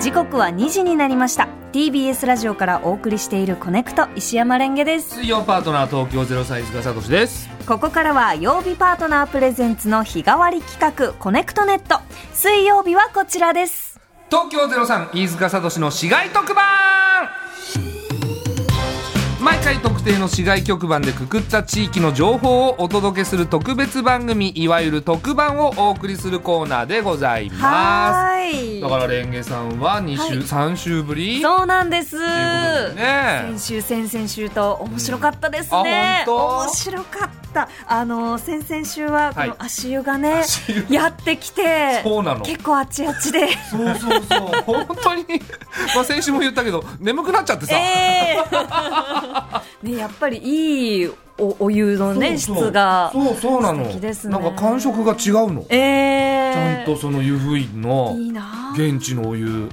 時刻は2時になりました TBS ラジオからお送りしているコネクト石山レンゲです水曜パートナー東京ゼロ三塚聡です。ここからは曜日パートナープレゼンツの日替わり企画コネクトネット水曜日はこちらです東京ゼロ三飯塚聡の市街特番。毎回特定の市街局番でくくった地域の情報をお届けする特別番組いわゆる特番をお送りするコーナーでございまはす。いだからレンゲさんは二は週い三、週ぶりそうなんですということでね先。週先々週と面白かったですうんねあ、本当面白かったあの先々週はこはいの足湯がね、足湯やってきてそうなの結構あちあちでそうそうそう本当にまあ先週も言ったけど眠くなっちゃってさ。ええ ねやっぱりいいおお湯のねそうそう質がそうそうなの、素敵ですねなんか感触が違うの、ええちゃんとその湯布院のいいなあ現地のお湯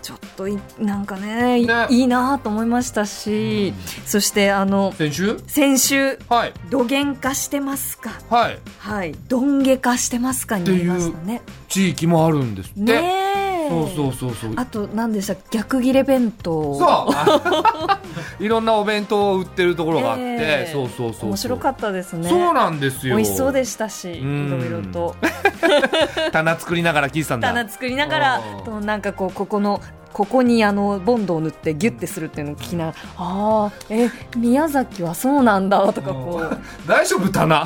ちょっといなんかねいねいいなあと思いましたし、そしてあの先週先週はいどげん化してますかはいはいどんげ化してますかになりましたね地域もあるんですって、ねえそうそうそうそうあと何でした逆切れ弁当そう いろんなお弁当を売ってるところがあって、ええそうそうそう面白かっったですたねそうなんです美よ味しそうでしたしいんろいろと棚作りながら聞いてたんだ棚作りながらおーとなんかこうここのここにあのボンドを塗ってギュッてするっていうのを聞きながらああえ宮崎はそうなんだとかこう 大丈夫棚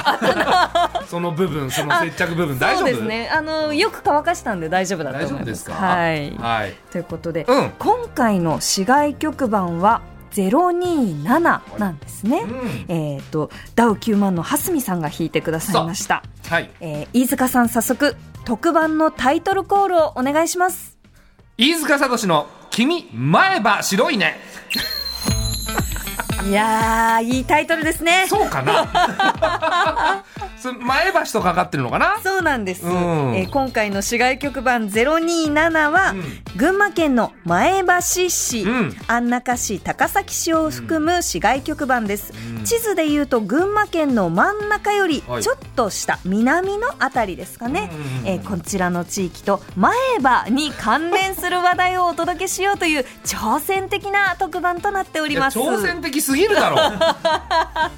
その部分その接着部分大丈そう夫ですねあのよく乾かしたんで大丈夫だと思大い丈ます夫ですかはいはい、ということで、うん今回の市外局番は027なんですね、うん、えっ、とダウ9万の蓮見さんが弾いてくださいました、はいえー飯塚さん早速特番のタイトルコールをお願いします飯塚聡の「君前歯白いねいやーいいタイトルです」ねそうかな それ前歯とかかってるのかなそうなんです、うんえー今回の市外局番027は、うん群馬県の前橋市、うん安中市高崎市を含む市外局番です、うん地図でいうと群馬県の真ん中よりちょはっいとした南のあたりですかね、うんえーこちらの地域と前歯に関連する話題をお届けしようという挑戦的な特番となっておいりやます挑戦的すぎる だろ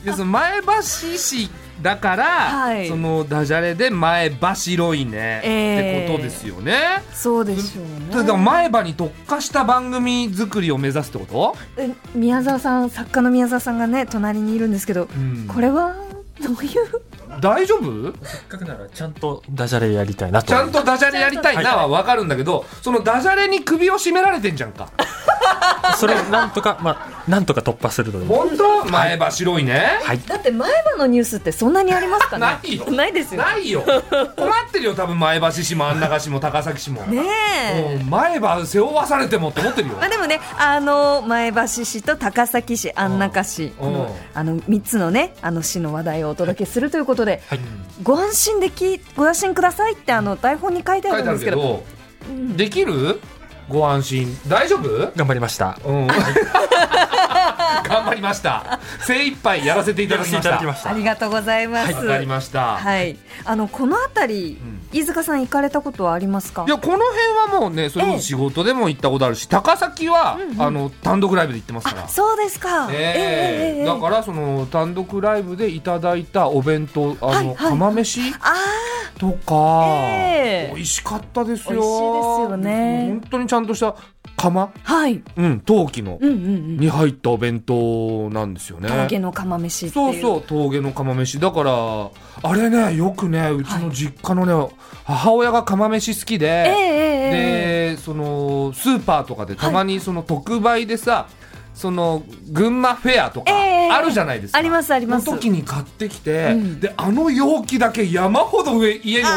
いやその前橋市だから、はいそのダジャレで前歯白いね、えーってことですよねそうでしょだうからね前歯に特化した番組作りを目指すってこと、え宮沢さん作家の宮沢さんがね隣にいるんですけど、うんこれはどういう大丈夫せっかくならちゃんとダジャレやりたいなとちゃんとダジャレやりたいなは分かるんだけどそのダジャレに首を絞められてんじゃんかそれをなんとかまあなんとか突破するのに本当前歯白いねはいだって前歯のニュースってそんなにありますかね ないよないですよないよ困ってるよ多分前橋市も安中市も高崎市も、ねえもう前歯背負わされてもって思ってるよまあでもね、あの前橋市と高崎市、安中市、あうんうんのあの三つのね、あの市の話題をお届けするということで。はいご安心でき、ご安心くださいって、あの台本に書いてある書いんてであるすけけど。ど、できるご安心大丈夫頑張りましたう ん頑張りました精一杯やらせていただきましたしありがとうございます。わかりました、はい、あのこの辺り、飯塚さん行かれたことはありますかい。やこの辺はもうねそれこそ仕事でも行ったことあるし高崎は、あの単独ライブで行ってますからあ、そうですか。ええだからその単独ライブでいただいたお弁当あの、はいはい釜飯あとか、ええ美味しかったです美味しいですよよね本当にちゃんとした釜、あ、はい、うん、陶器の、うんうんうん。に入ったお弁当なんですよね峠の釜飯っていう。そうそう峠の釜飯だからあれねよくねうちの実家のね、母親が釜飯好きで、ええええええでそのスーパーとかでたまにその特売でさ、その群馬フェアとかええあるじゃないですか、ありますありますその時に買ってきて、うんであの容器だけ山ほど上家に置いてあったの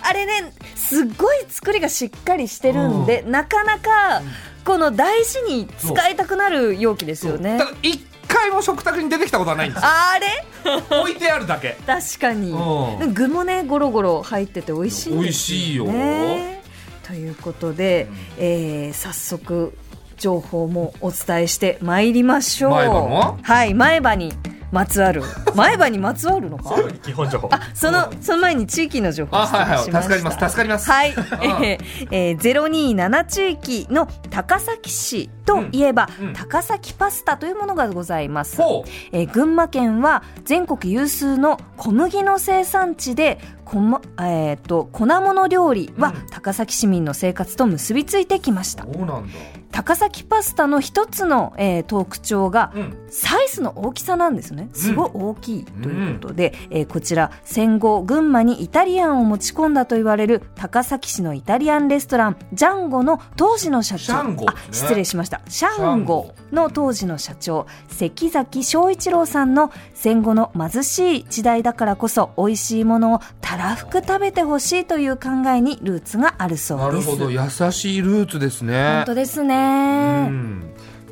あーあれねすっごい作りがしっかりしてるんで、なかなかこの大事に使いたくなる容器ですよねただ一回も食卓に出てきたことはないんですよ あれ置いてあるだけ確かにうん具もねゴロゴロ入ってて美味しいん美で味すしいよ、ねということで、えー早速情報もお伝えしてまいりましょう前歯のはい前歯にまつ わる前歯にまつわるのか基本情報あそのその前に地域の情報をあ失はいはい礼しました助かります助かりまはすい、えーえー、027地域の高崎市といえば、うんうん高崎パスタというものがございます、ほえー群馬県は全国有数の小麦の生産地でこ、まえー、と粉物料理はうん高崎市民の生活と結びついてきました、うそうなんだ高崎パスタの一つの、えー特徴がうんサイズの大きさなんですねすごい大きいということで、えーこちら戦後群馬にイタリアンを持ち込んだと言われる高崎市のイタリアンレストランジャンゴの当時の社長シャンゴあ失礼しましたシャンゴの当時の社長関崎正一郎さんの戦後の貧しい時代だからこそ美味しいものをたらふく食べてほしいという考えにルーツがあるそなうでるすほど優しいルーツですね本当ですうね、ん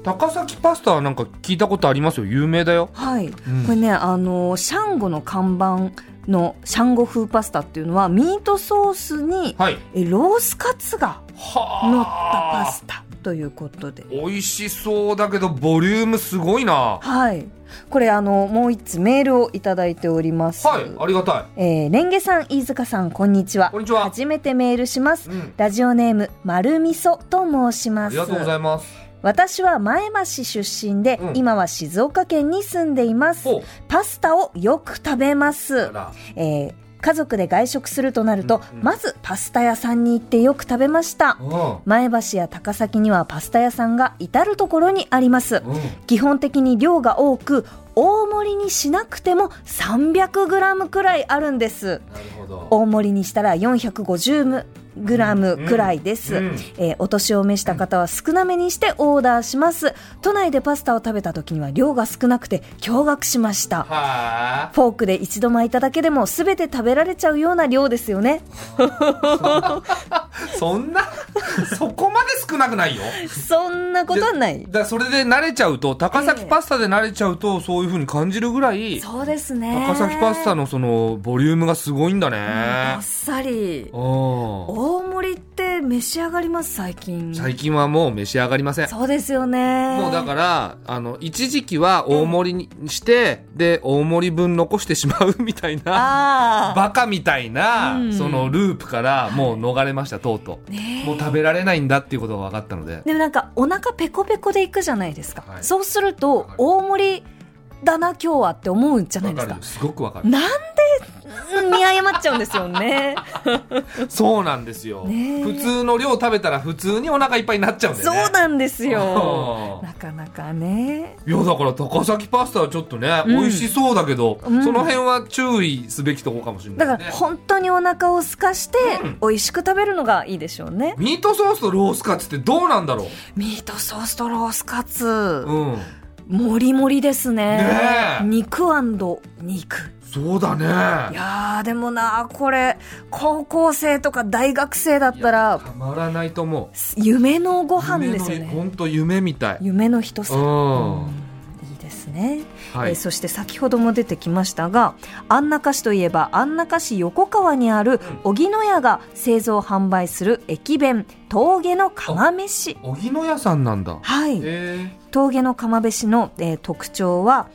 高崎パスタはなんか聞いたことありますよ有名だよはい、んこれねあのシャンゴの看板のシャンゴ風パスタっていうのはミートソースにはいえロースカツが乗ったはパスタということで美味しそうだけどボリュームすごいなはいこれあのもう一つメールをいただいておりますはいありがたえー、レンゲさん飯塚さんこんにちはいこんにちは初めてメールします、うんラジオネーム丸みそと申しあますりがとうございます私は前橋出身で、うん今は静岡県に住んでいますほうパスタをよく食べますあらえー家族で外食するとなると、うんうんまずパスタ屋さんに行ってよく食べましたう前橋や高崎にはパスタ屋さんが至る所にありますんうん基本的に量が多く大盛りにしなくても 300g くらいあるんですなるほど大盛りにしたら 450g くらいです、うんうんえーお年を召した方は少なめにしてオーダーします都内でパスタを食べた時には量が少なくて驚愕しましたはフォークで一度巻いただけでも全て食べられちゃうような量ですよね。あそんな そこまで少なくないよそんなことはないだ。からそれで慣れちゃうと高え崎えパスタで慣れちゃうとそういう風に感じるぐらいそうですね。高崎パスタのそのボリュームがすごいんだあっねさり。うん大盛りって召し上がります、最近。最近はもう召し上がりませんそうですよね。もうだから、あの、一時期は大盛りにして、で、大盛り分残してしまうみたいな、ああ。バカみたいな、うんそのループからもう逃れました、とうとう。ねえもう食べられないんだっていうことが分かったので。でもなんかお腹ペコペコでいくじゃないですか。はいそうすると、大盛りだな、今日はって思うんじゃない分でかするかよ。すごく分かる。なんで、うん見誤っちゃうんですよ ね。そうなんですよ。ねえ普通の量食べたら普通にお腹いっぱいになっちゃうんだよそうね。なんですよ。うんなかなかね。いやだから高崎パスタはちょっとね、うん美味しそうだけど、うんその辺は注意すべきとこかもしれない、だね、から本当にお腹を空かしてうん美味しく食べるのがいいでしょうね、ミートソースとロースカツってどうなんだろうミートソースとロースカツうんもりもりですねねえ肉肉そうだねいやーでもなこれ高校生とか大学生だったらたまらないと思う夢のご飯ですよ夢のね本当夢みたい夢の一皿、うんうんいいですねはえーいそして先ほども出てきましたが安中市といえば安中市横川にある荻野屋が製造販売する駅弁峠の釜飯荻野屋さんなんだはいえ峠の釜飯の、えー特徴は、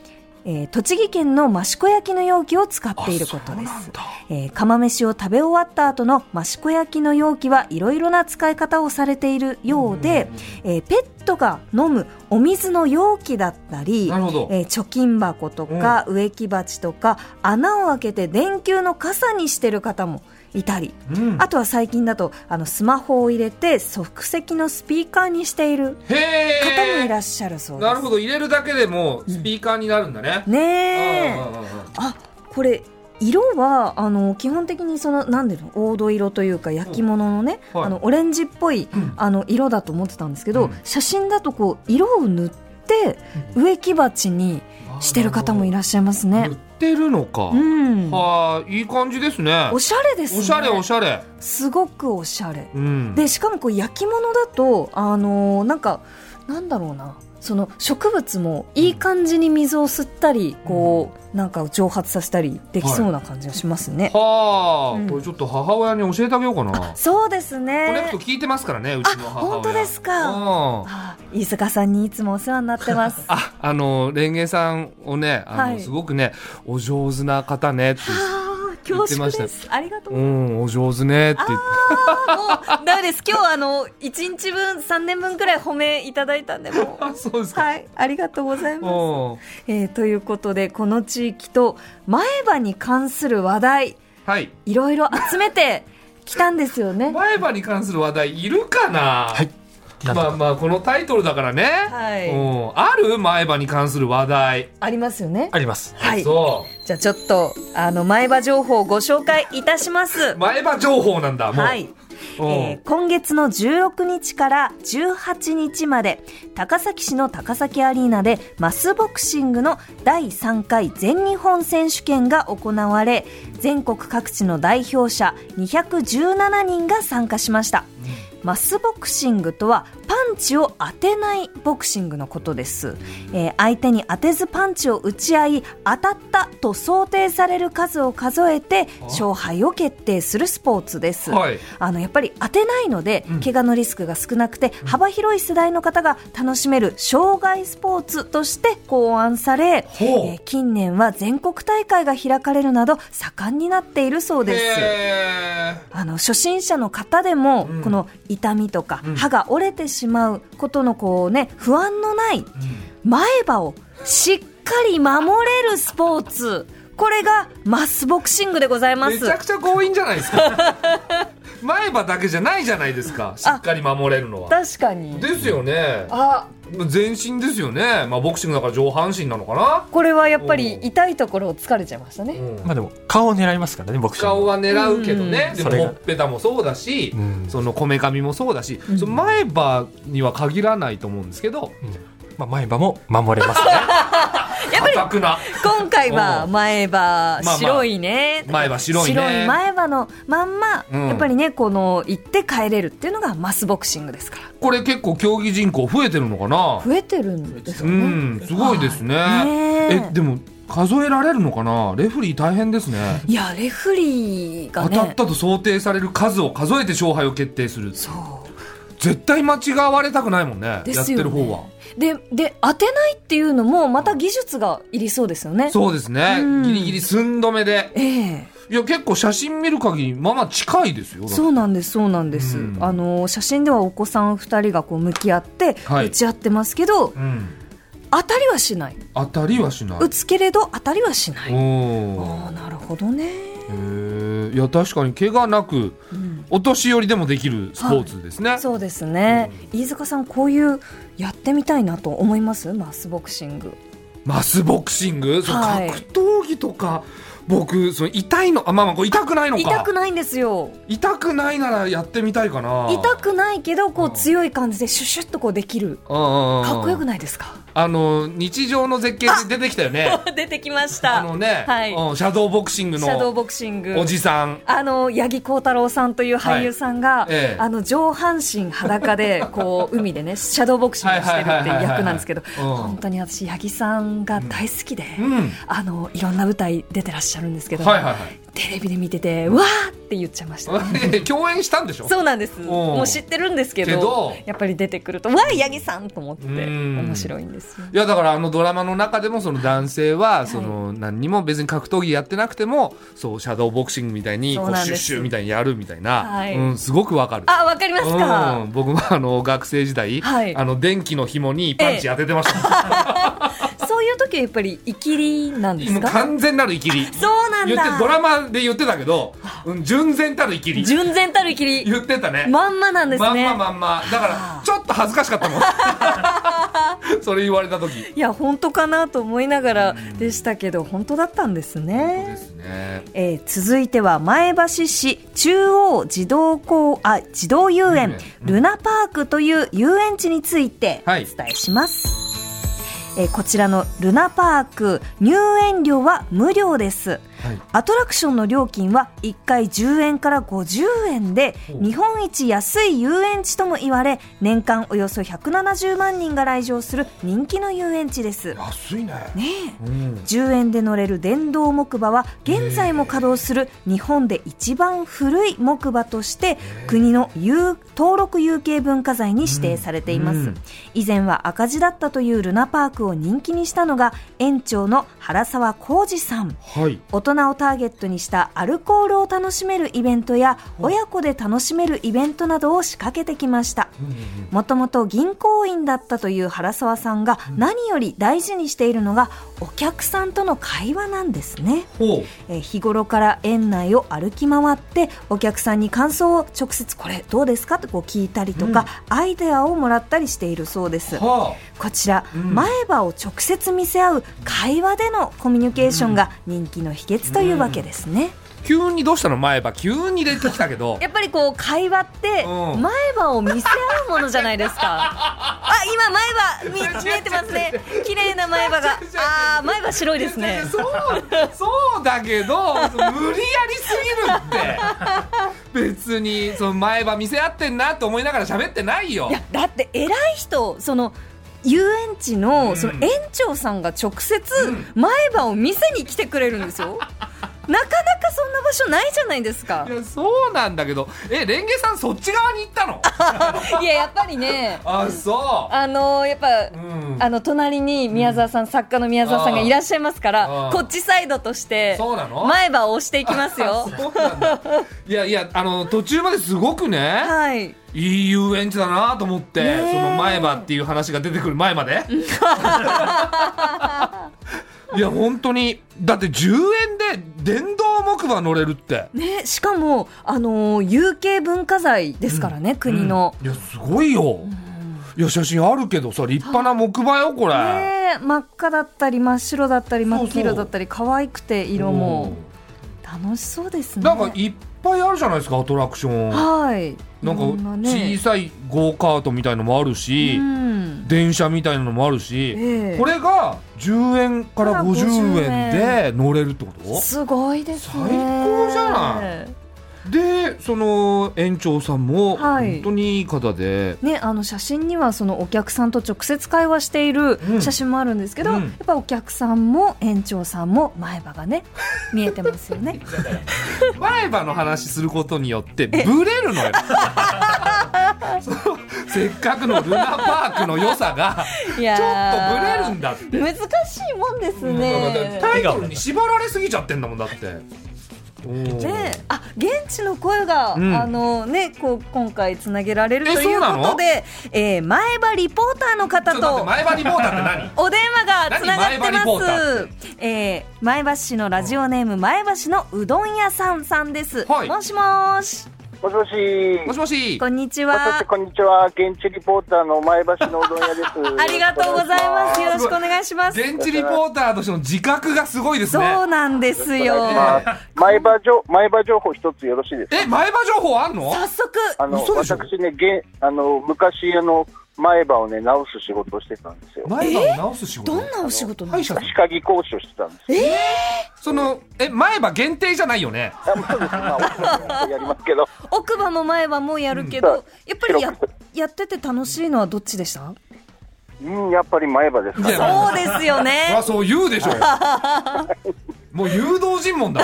えー栃木県の益子焼の容器を使っていることであそうなすんだえー釜飯を食べ終わった後の益子焼の容器はいろいろな使い方をされているようで、えーペットが飲むお水の容器だったり、なるほどえー貯金箱とか植木鉢とか、穴を開けて電球の傘にしてる方もいたり、うんあとは最近だとあのスマホを入れて即席のスピーカーにしているへ方もいえらっしゃるそうです。なるほど入れるだけでもうスピーカーになるんだねねえ、うんうんうんうんあこれ色はあの基本的にそのなんでの黄土色というか焼き物のね、はいあのオレンジっぽい、んあの色だと思ってたんですけど、うん写真だとこう色を塗って植木鉢にしてる方もいらっしゃいますあーなねるほ。ど売ってるのかうん、はあいい感じですねおしゃれですね。おしゃれおしゃれすごくおしゃれ。うんでしかもこう焼き物だとあのーなんかなんだろうなその植物もいい感じに水を吸ったりこうなんか蒸発させたりできそうな感じがしますね、はあ、うんこれちょっと母親に教えてあげようかなコそうですネクトね聞いてますからねうあちの母親本当ですか、うんあ飯塚さんにいつもお世話になってますは ああのレンゲさんをねあの、はいすごくねお上手な方ねってあ言恐って縮ましたですありがとううございんお上手ねって言ってますもうダメです今日あの一日分三年分くらい褒めいただいたんで もうあそうですか、はいありがとうございますうんえーということでこの地域と前歯に関する話題はいいろいろ集めてきたんですよ ね。前歯に関する話題いるかな、はいなんとまあかまあこのタイトルだからね、はいうんある前歯に関する話題ありますよね。ありますはい。そじゃあちょっとあの前歯情報をご紹介いたしますう。前歯情報なんだもう、はい。うんえー今月の16日から18日まで高崎市の高崎アリーナでマスボクシングの第3回全日本選手権が行われ全国各地の代表者217人が参加しましたマスボクシングとはパンチを当てないボクシングのことです、えー相手に当てずパンチを打ち合い当たったと想定される数を数えて勝敗を決定するスポーツです、はいあのやっぱり当てないので、怪我のリスクが少なくて、幅広い世代の方が楽しめる障害スポーツとして考案され、えほうー近年は全国大会が開かれるなど盛んになっているそうです。へーあの初心者の方でも、うんこの痛みとか、うん歯が折れてしまうことのこうね不安のない前歯をしっかり守れるスポーツこれがマスボクシングでございますめちゃくちゃ強引じゃないで すか前歯だけじゃないじゃないですかしっかり守れるのは確かにですよねあ全身ですよねまあボクシングだから上半身なのかなこれはやっぱり痛いところを疲れちゃいましたねうんまあでも顔を狙いますからね僕顔は狙うけどね、うんでそれもがほっぺたもそうだし、うんそのこめかみもそうだし、うんその前歯には限らないと思うんですけどまあ前歯も守れますねやっぱり硬くな今回は前歯まあまあ白いね、前歯白いね白い前歯のまんま、うんやっぱりねこの行って帰れるっていうのがマスボクシングですからこれ結構競技人口増えてるのかな増えてるんですうよね、んすごいですねはいねええでも数えられるのかなレフリー大変ですねいやレフリーが当たねったと想定される数を数えて勝敗を決定するそ絶対間違われたくないもんねうでやっすてよ、ね、る方はでで当てないっていうのもまた技術がいりそうですよねそうですねうんギリギリ寸止めでええいや結構写真見る限りまあまあ近いですよだってそうなんですそうなんです、うんあの写真ではお子さん2人がこう向き合ってはい打ち合ってますけど、うん当たりはしない当たりはしない打つけれど当たりはしない、おあおあなるほどね、へえいや確かに怪我なくうんお年寄りでもできるスポーツですね、そうですね、飯塚さんこういうやってみたいなと思いますマスボクシングマスボクシング、そうはい格闘技とか僕その痛いのあまあまあこう痛くないのか痛くないんですよ痛くないならやってみたいかな痛くないけどこあう強い感じでシュッシュッとこうできるかかっこよくないですかあの日常の絶景で出てきたよね 出てきましたあのね、はいうんシャドーボクシングシャドーのボクシングおじさんあの八木幸太郎さんという俳優さんが、はいええあの上半身裸でこう海でねシャドーボクシングをしてるっていう役なんですけどはいはいはいはいはいうん本当に私八木さんが大好きで、うんあのいろんな舞台出てらっしゃるんですけど、はいはいはいテレビで見ててわーって言っちゃいました、ね。 共演したんでしょそうなんですもう知ってるんですけどけどやっぱり出てくると「わあ八木さん!」と思ってうん面白いんですよいやだからあのドラマの中でもその男性はその何にも別に格闘技やってなくてもそうシャドーボクシングみたいにこそううなんシュでッすシュみたいにやるみたいな、はいうん、すごくわかる。あわかりますか、うん、僕もあの学生時代、はいあの電気の紐にパンチ当ててました、そういう時はやっぱりイキリなんですもうか完全なるイキリそうなん言ってドだラマで言ってたけど、うん、純然たるイキリ純然たるイキリ言ってたねまんまなんですまんね、ままんまだからちょっと恥ずかしかったもん それ言われた時いや本当かなと思いながらでしたけど本当だったんですそうねで。すねえー続いては前橋市中央児童公あ児童遊園、うんルナパークという遊園地についておはい伝えします、えーこちらのルナパーク入園料は無料ですはいアトラクションの料金は1回10円から50円でお日本一安い遊園地とも言われ年間およそ170万人が来場する人気の遊園地です。ね安いねえうん10円で乗れる電動木馬は現在も稼働する日本で一番古い木馬として国の有登録有形文化財に指定されています、うんうん以前は赤字だったというルナパークを人気にしたのが園長の原沢浩二さんはい大人をターゲットにしたアルコールを楽しめるイベントや親子で楽しめるイベントなどを仕掛けてきましたもともと銀行員だったという原沢さんが何より大事にしているのがお客さんとの会話なんですね、ほうえー日頃から園内を歩き回ってお客さんに感想を直接これどうですかとこう聞いたりとか、アイデアをもらったりしているそうですはこちら、うん前歯を直接見せ合う会話でのコミュニケーションが人気の秘訣というわけですね、あ急にどうしたの前歯急に出てきたけどやっぱりこう会話ってうん前歯を見せ合うものじゃない ですかあ今前歯み見えてます ね綺麗な前 歯があー前歯白いですねそうそうだけど無理やりすぎるって別にその前歯見せ合ってんなって思いながら喋ってないよいやだって偉い人その遊園地のんその園長さんが直接うん前歯を見せに来てくれるんです よなかなかそんな場所ないじゃないですかいやそうなんだけどえレンゲさんそっち側に行った のいややっぱりねあそあのやっぱう、うんあの隣に宮沢さん、作家の宮沢さんがいらっしゃいますかあらあこっちサイドとしてそうなの前歯を押していきます あよそうなんだいやいやあの途中まですごくねはいいい遊園地だなと思って、ねえその前歯っていう話が出てくる前までいや本当にだって10円で電動木馬乗れるってねしかもあのー有形文化財ですからね、国の、うんいやすごいよ、いや写真あるけどさ立派な木馬よこれ、ね真っ赤だったり真っ白だったりそう真そうっ黄色だったり可愛くて色も楽しそうですうんねなんかいっぱいあるじゃないですかアトラクションはいなんかいろんな小さいゴーカートみたいのもあるし、うん電車みたいなのもあるし、ええこれが10円から50 50円円で乗れるってこすごいですね最高じゃないとでその園長さんもはい本当にいい 方で、ね、あの写真にはそのお客さんと直接会話しているうん写真もあるんですけど、うんやっぱお客さんも園長さんも前歯が ね見えてますよね。前歯の話することによってブレる のよそうせっかくのルナパークの良さがいちょっとブレるんだって難しいもんですだからタイトルに縛られすぎちゃってんだもんだって。うんね、あ現地の声が、うんあのね、こう今回つなげられるえというそうなのことで、えー前歯リポーターのちょ方っと待ってと前歯リポーターって 何お電話がつながって何前歯リポータます。えー、前橋市のラジオネーム前橋のうどん屋さんさんです。はいもしもーし、もしもし。もしもしこんにちもしもは。し。こんにちは。現地リポーターの前橋のうどん屋です ありがとうございます。よろしくお願いします。現地リポーターとしての自覚がすごいですねそうなんですよ。まあ前場情前場情報一つよろしいですか。え前歯情報あんの早速、あの嘘でしょ私ね現あの昔あの前歯をね直す仕事をしてたんですよ。前歯を直す仕事どんなお仕事なん歯で医すか者さん歯科技講師をしてたんですよ。そのえ前歯限定じゃないよねあまあそうですねまあおやりますけど。奥歯も前歯もやるけうんど、やっぱりや広くやってて楽しいのはどっちでしたうんやっぱり前歯ですかいやね。そうですよねあ。そう言うでしょもう誘導尋 問だ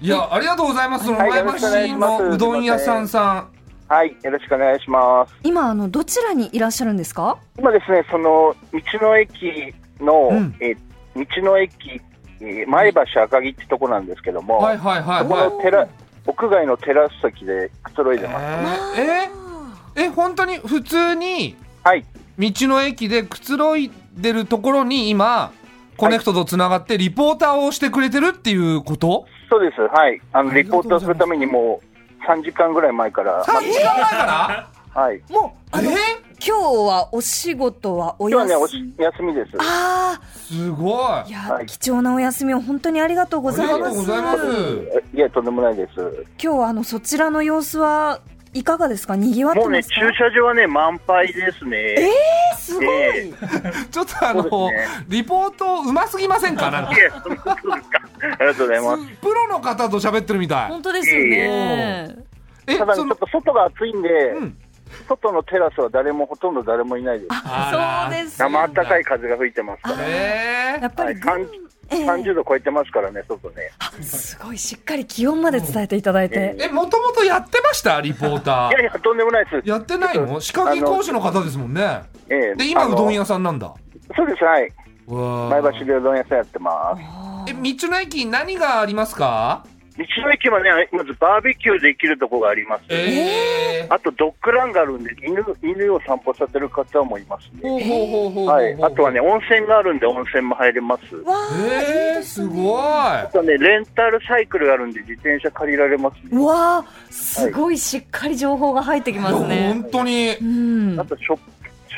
いやありがとうございますそのはい前橋のうどん屋さんさんはいよろしくお願いします。 今、あの、どちらにいらっしゃるんですか今ですねその道の駅の、うんえ道の駅えー前橋赤城ってとこなんですけども。はいはいはいここはのいテラ屋外のテラス席でくつろいでます。えー、え本当に普通にはい。道の駅でくつろいでるところに今コネクトとつながってリポーターをしてくれてるっていうこと、そうです。はい。あの、ありリがとポうございートますをするためにもう3時間ぐらい前から、 3時間前かはい。もう、らあの、え今日はお仕事はお今日はね、お休しみ。休みです。あー、すごいあ、いや、はい貴重なお休みを本当にありがとうございます。ありがとうございますいや、とんでもないです。今日はあの、そちらの様子はいかがですか賑わっもてうね、ます駐か車場はね、満杯ですね。すごい、えちょっとあの、そうですリポートうますぎませんかなんかいえ、そうですか。ありがとうございます。プロの方と喋ってるみたい本当ですよね。えただ、ちそょっのと外が暑いんで、うん外のテラスは誰も、ほとんど誰もいないです。あそうですよ。生暖かい風が吹いてますから。えやっぱり群、はいえ30度超えてますからね、外ね。えすごいしっかり気温まで伝えていただいてえ、えもともとやってましたリポータいやいや、とんでもないです。ーやってないの歯科技講師の方ですもんねええで今あうのどん屋さんなんだそうです、はい。うわ前ー橋でうどん屋さんやってます。え道の駅何がありますか道の駅はね、まずバーベキューできるとこがあります。ええあとドッグランがあるんで、犬犬を散歩させる方もいますね。ほうほうほうほうほうはい。あとはね、温泉があるんで、温泉も入れます。わええすごいあとね、レンタルサイクルがあるんで、自転車借りられますーね。わあすごいしっかり情報が入ってきいやますね。本当にうんあとショッ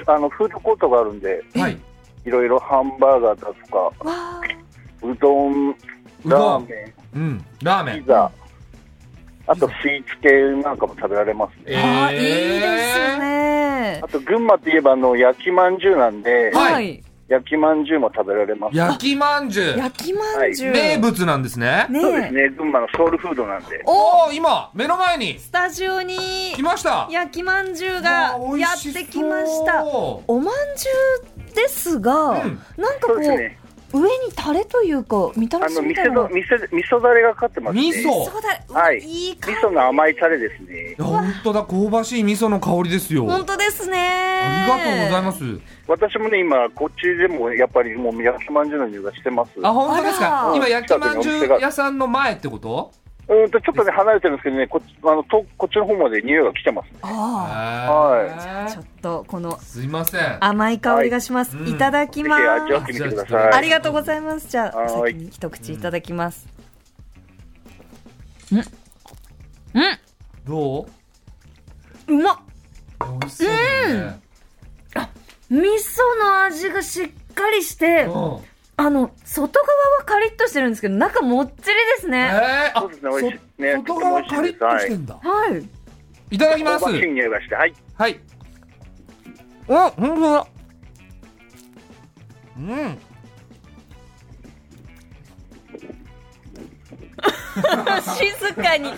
プ、あの、フードコートがあるんで、はいいろいろハンバーガーだとか、わうどん、うラどーんメうんラーメン、ピンザ、あとスイーツ系なんかも食べられますね。あ、あーいいですねあ。と群馬といえばあの焼きまんじゅうなんで、はいい、焼きまんじゅうも食べられます。焼きまんじゅう焼きまんじゅう、名物なんですねねそうでえすね、群馬のソウルフードなんで。おおお今目の前にスタジオに来ました焼きまんじゅうがわあ美や味しっそうてきました。おまんじゅうですが、うんなんかそこううですね。上にタレというかみたあらしのみ味たい噌なの味噌味噌だれがかかってますね。味噌そうだ、うわはいいい味感じ噌の甘いタレですねい。や本当だ香ばしい味噌の香りですよ本当ですねありがとうございますす私もね今こっちでもやっぱりもう焼きまんじゅうの匂いがしてます。あ本当ですあから今焼きまんじゅう屋さんの前ってことうんとちょっとね離れてるんですけどね、こっちあのとこっちの方まで匂いが来てますね。ああはちょっとこのすいません甘い香りがします、はいい、ただきぜひます、味わってみてください。ありがとうございますじゃあはいお先に一口いただきますどううまっ美味しそうだね味噌の味がしっかりしてうんあの外側はカリッとしてるんですけど中もっちりですえねーあそうですね美味しいねそ外側カリッとしてんだはいいただきます香ばしい匂いがして、はい。はいあ本当だうん 静かに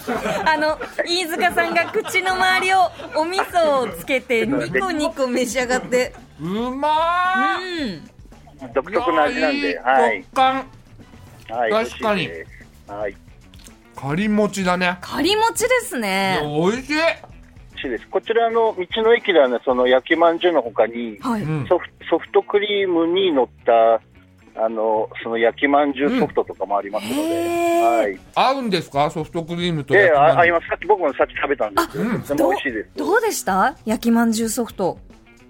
あの飯塚さんが口の周りをお味噌をつけ てニコニコ召し上がってうまーうん独特の味なんいで、やはいいい食感は確い。かに美味しいです。はい。カリ餅だね仮持ちですいやね美味しい美味しいです。こちらの道の駅ではね、その焼きまんじゅうの他に、はい、うんソフソフトクリームに乗った、あの、その焼きまんじゅうソフトとかもありますので、うんへーはい。合うんですかソフトクリームとまんじで、ゅうあ、あ、今さっき僕もさっき食べたんですけど、とても美味しいです。どうでした焼きまんじゅうソフト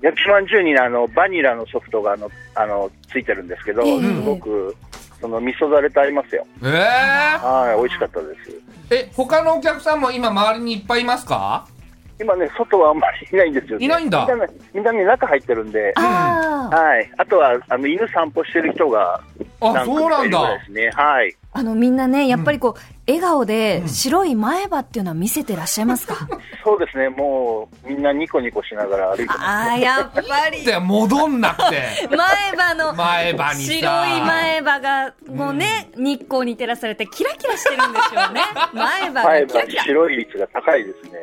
焼きまんじゅうにねあの、バニラのソフトがあの、あの、ついてるんですけど、うんすごく、その味噌だれと合いますよ。えはい、美味しかったです。ええ他のお客さんも今周りにいっぱいいますか今ね、外はあんまりいないんですよ、ね。いないんだみんなね、みんなね、中入ってるんで、ああはい。あとは、あの、犬散歩してる人が、あ組そうなかいるんぐらだいですね。はい。あのみんなねやっぱりこう、笑顔で白い前歯っていうのは見せてらっしゃいますかそうですね、もうみんなニコニコしながら歩いてます。ああやっぱりで戻んなく て前歯の前歯にさ白い前歯がもうね、日光に照らされてキラキラしてるんでしょうね前歯前が歯キラキラ白い率が高いですね。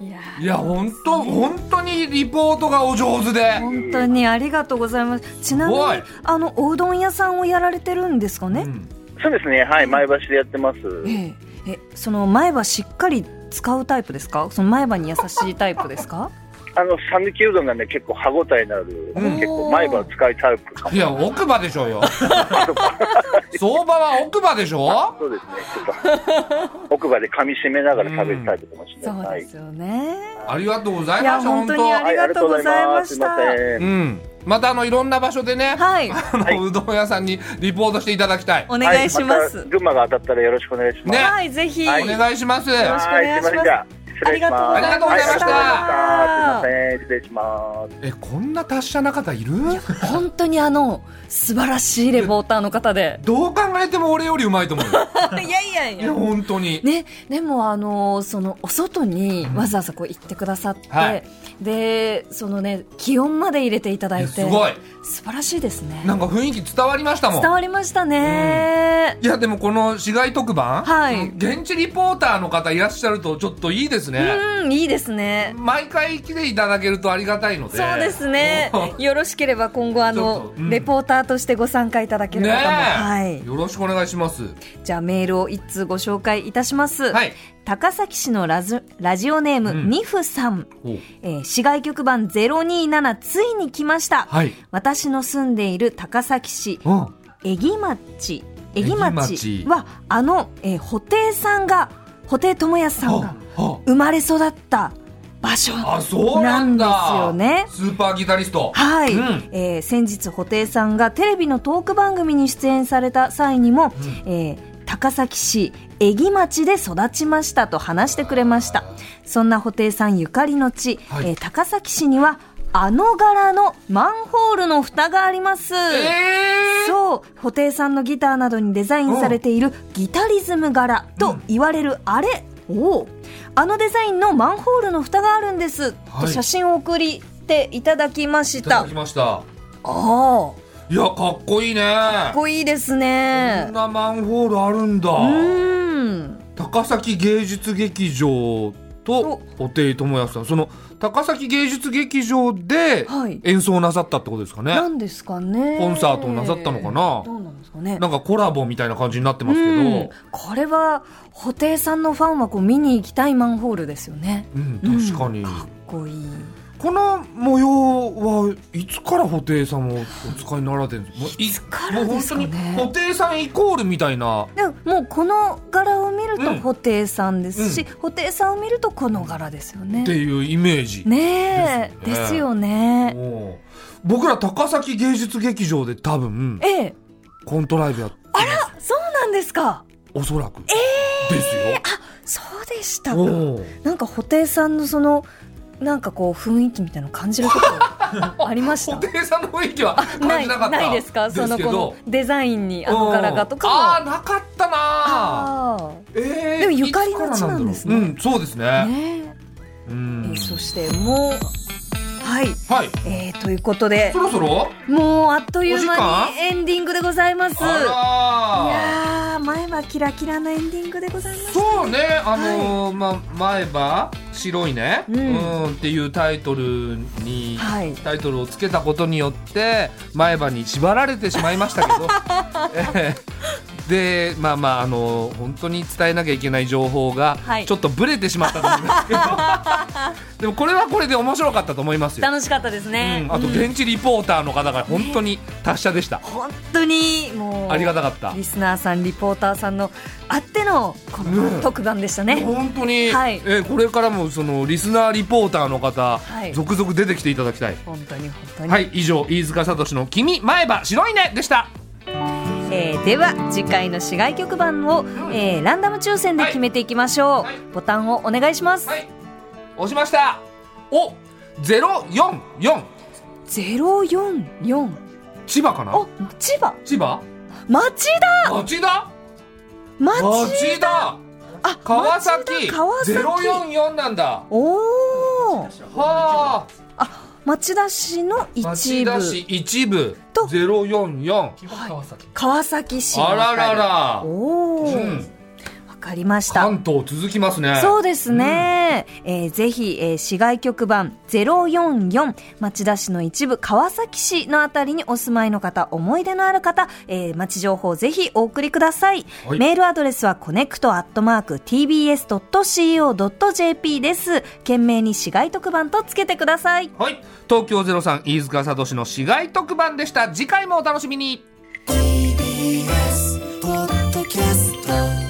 いやいや本当本当にリポートがお上手で本当にありがとうございますちなみにすごいあのおうどん屋さんをやられてるんですかね、うんそうですね、はい、前橋でやってます。えええその前歯しっかり使うタイプですかその前歯に優しいタイプですかあの、讃岐うどんがね、結構歯応えのある、うん結構前歯を使いタイプかも。いや奥歯でしょうよ相場は奥歯でしょそうですね、ちょっ と奥歯で噛み締めながら食べるタイプかもしれそなうい。ですよね、ありがとうございいやました本当にあはい、ありがとうございましたすいませ。うんんまたあのいろんな場所でね、はいあのはいうどん屋さんにリポートしていただきたいお願いしまはすた群馬が当たったらよろしろしくお願いしまねす。はい、ぜひ、お願いしますよろしくお願いしますはい、すいませんじゃあありがとうございましたありがとうございましたはいありがとうございましたすいません、失礼します。えこんな達者な方いる本当にあの素晴らしいレポーターの方でどう考えても俺よりうまいと思うよ いやいやいいや本当に、ね、でも、あのそのお外にわざわざこう行ってくださって、はいでそのね気温まで入れていただいえてすごい素晴らしいですねなんか雰囲気伝わりましたもん伝わりましたね、いやでもこの市街特番、はい現地リポーターの方いらっしゃるとちょっといいですね、うんいいですね毎回来ていただけるとありがたいのでそうですねもうよろしければ今後あちょのっ、とうんレポーターとしてご参加いただけるねえ、方も、はいよろしくお願いしますじゃあメールを一通ご紹介いたします、はい高崎市のラズラジオネーム、うんニフさん、おうえー市外局番027ついに来ました、はい私の住んでいる高崎市うんえぎ町えぎえぎ町町はあの、えー、布袋さんが布袋寅泰さんがはは生まれ育った場所あそうなんだなんですよねスーパーギタリストはい、うんえー先日布袋さんがテレビのトーク番組に出演された際にも、えー高崎市江木町で育ちましたと話してくれましたそんな布袋さんゆかりの地、はいえー高崎市にはあの柄のマンホールの蓋があります、ええそう布袋さんのギターなどにデザインされているギタリズム柄と言われるあれ、おうあのデザインのマンホールの蓋があるんです、はいと写真を送りていただきましいたただきましたあいやかっこいいねあ、かっこいいですこんね。なマンホールあるんだうーん。高崎芸術劇場と布袋寅泰さんその高崎芸術劇場ではい演奏なさったってことですかね、なんですかね。コンサートをなさったのかなどうなんですかね。なんかコラボみたいな感じになってますけど、うんこれは布袋さんのファンはこう見に行きたいマンホールですよね。うんうん確かに、かっこいい。この模様はいつから布袋さんもお使いになられてるんですかもういつからですかねもう本当に布袋さんイコールみたいなでももうこの柄を見るとうん布袋さんですし、布袋さんを見るとこの柄ですよねって。いうイメージ、ねえ、ですよねですよね。もう僕ら高崎芸術劇場で多分ええ、コントライブやってますそうなんですか。おそらく、ですよそうでしたか。おうなんか布袋さんのそのなんかこう雰囲気みたいなの感じること ありまし布た。袋さんの雰囲気は感なじいなかったないですかそのけこどのデザインにあの柄がとかもうんあーなかったなあーえーでもゆかりの地なんですねいつからなんだろううんそうですーねねうんえーそしてもうはいはいえー、ということでそろそろもうあっというお時間間にエンディングでございますいあらやー前はキラキラのエンディングでございまーすそうねあのーまあ前歯白いねううんんっていうタイトルにはいタイトルをつけたことによって前歯に縛られてしまいましたけど えーでまあまああの本当に伝えなきゃいけない情報がはいちょっとブレてしまったと思いますけど、 でもこれはこれで面白かったと思いますよ、楽しかったですうね、んあとうん現地リポーターの方が本当に達者でした、本当にもうありがたかったリスナーさんリポーターさんのあってのこうのん特番でしたね、本当に、はいえーこれからもそのリスナーリポーターの方、はい続々出てきていただきたい本当に本当に、はい以上飯塚聡の「君前歯白いね」でしたえーでは次回の市外局番を、えーランダム抽選で決めていきましょう、はいボタンをお願いします、はい押しましたお044 044千葉かなあ千葉千葉町だ町田町町田あ川町崎田川崎ゼロ四四なんだおおはあ町田市の一町部田市一部とゼロ四四川崎川崎市のあらららおお、わうんかりました関東続きますねそうですね、えーぜひ、えー市外局番044町田市の一部川崎市のあたりにお住まいの方思い出のある方、えー町情報をぜひお送りください、はいメールアドレスはコネクトアットマーク TBS.CO.JP です懸命に市外特番とつけてくださいはい東京ゼロ三飯塚聡の市街特番でした次回もお楽しみに TBS ポッドキャスト